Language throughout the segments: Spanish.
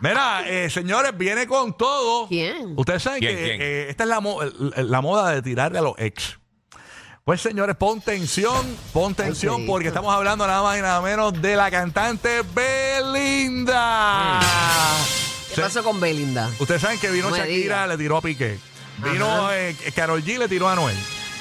Mira, eh, señores, viene con todo. ¿Quién? Ustedes saben ¿Quién, que quién? eh, esta es la, mo- el- el- la moda de tirarle a los ex. Pues señores, pon tensión, pon tensión, Cristo. porque estamos hablando nada más y nada menos de la cantante Belinda. ¿Qué Se- pasó con Belinda? Ustedes saben que vino No me Shakira, diga. le tiró a Piqué. Vino eh, Karol G, le tiró a Noel.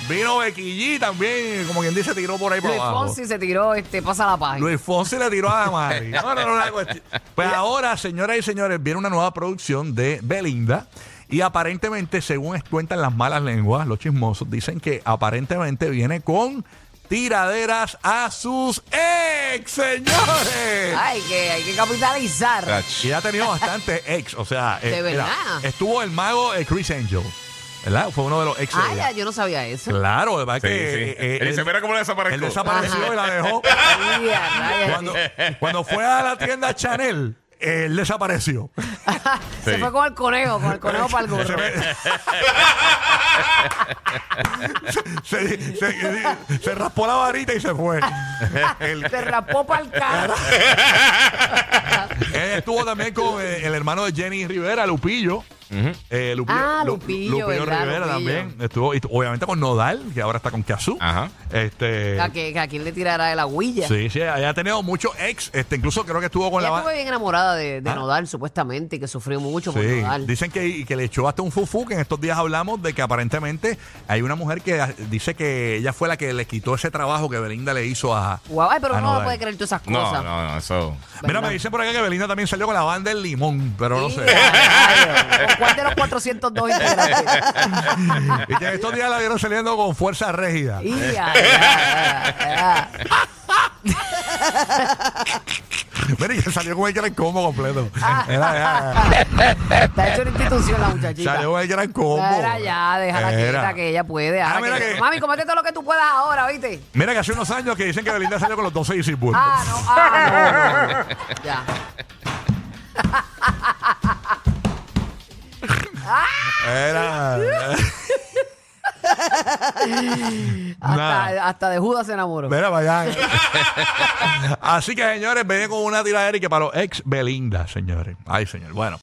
Vino Becky G también, como quien dice, tiró por ahí para Luis abajo. Fonsi se tiró, este, pasa la página. Luis Fonsi le tiró a Mari. No, no, no, la cuestión. Pues ahora, señoras y señores, viene una nueva producción de Belinda. Y aparentemente, según es- cuentan las malas lenguas, los chismosos, dicen que aparentemente viene con tiraderas a sus ex, señores. Ay, que hay que capitalizar. Y ya ha tenido bastante ex, o sea, eh, De mira, verdad. estuvo el mago eh, Chris Angel, ¿verdad? Fue uno de los ex. de Ay, ella. Ah, ya, yo no sabía eso. Claro, la ¿verdad? Sí, que sí. eh, eh, Él dice, él- mira cómo le desapareció. él desapareció Ajá. y la dejó. Ay, a rayos. Cuando, cuando fue a la tienda Chanel, él desapareció. Se Sí. fue con el conejo, con el conejo para el Se, gorro. me- se- se- se raspó la varita y se fue. El- Se rapó para el carro. él estuvo también con eh, el hermano de Jenny Rivera, Lupillo. Eh, Lupillo, Ah, Lu- Lupillo, ¿verdad? Rivera Lupillo. también estuvo y t- obviamente con Nodal que ahora está con Cazú Ajá. este ¿A, que, que a quién le tirará de la huilla? sí sí ella ha tenido muchos ex este incluso creo que estuvo con Ella la estuvo ba- bien enamorada de, de Ah. Nodal, supuestamente, y que sufrió mucho por Sí, Nodal. dicen que, y que le echó hasta un fufú, que en estos días hablamos de que aparentemente hay una mujer que ah, dice que ella fue la que le quitó ese trabajo que Belinda le hizo a... Guau, ay, pero a uno no Nodal. puede creer todas esas No, cosas. no, no, eso. Mira, ¿verdad? me dicen por acá que Belinda también salió con la banda El Limón, pero no Sí, sé. a rayos. ¿Con ¿Cuál de los 402 integrantes? y que en estos días la vieron saliendo con fuerza régida. Y a- a- a- Mira, y que salió con el gran combo completo. Ah. Era, era, era. a- Está hecho una institución la muchachita. salió con el gran combo. Era ya, déjala Era. quieta que ella puede. Ah, déjala mira quieta. que- Mami, comete todo lo que tú puedas ahora, ¿viste? Mira que hace unos años que dicen que Belinda salió con los 12 discípulos. Ah, no, ah, no, no, no. Ya. Ah. Era... Nah. Hasta, hasta de Judas se enamoró. Mira, vaya. Así que, señores, viene con una tiradera y que para los ex Belinda, señores. Ay, señor. Bueno.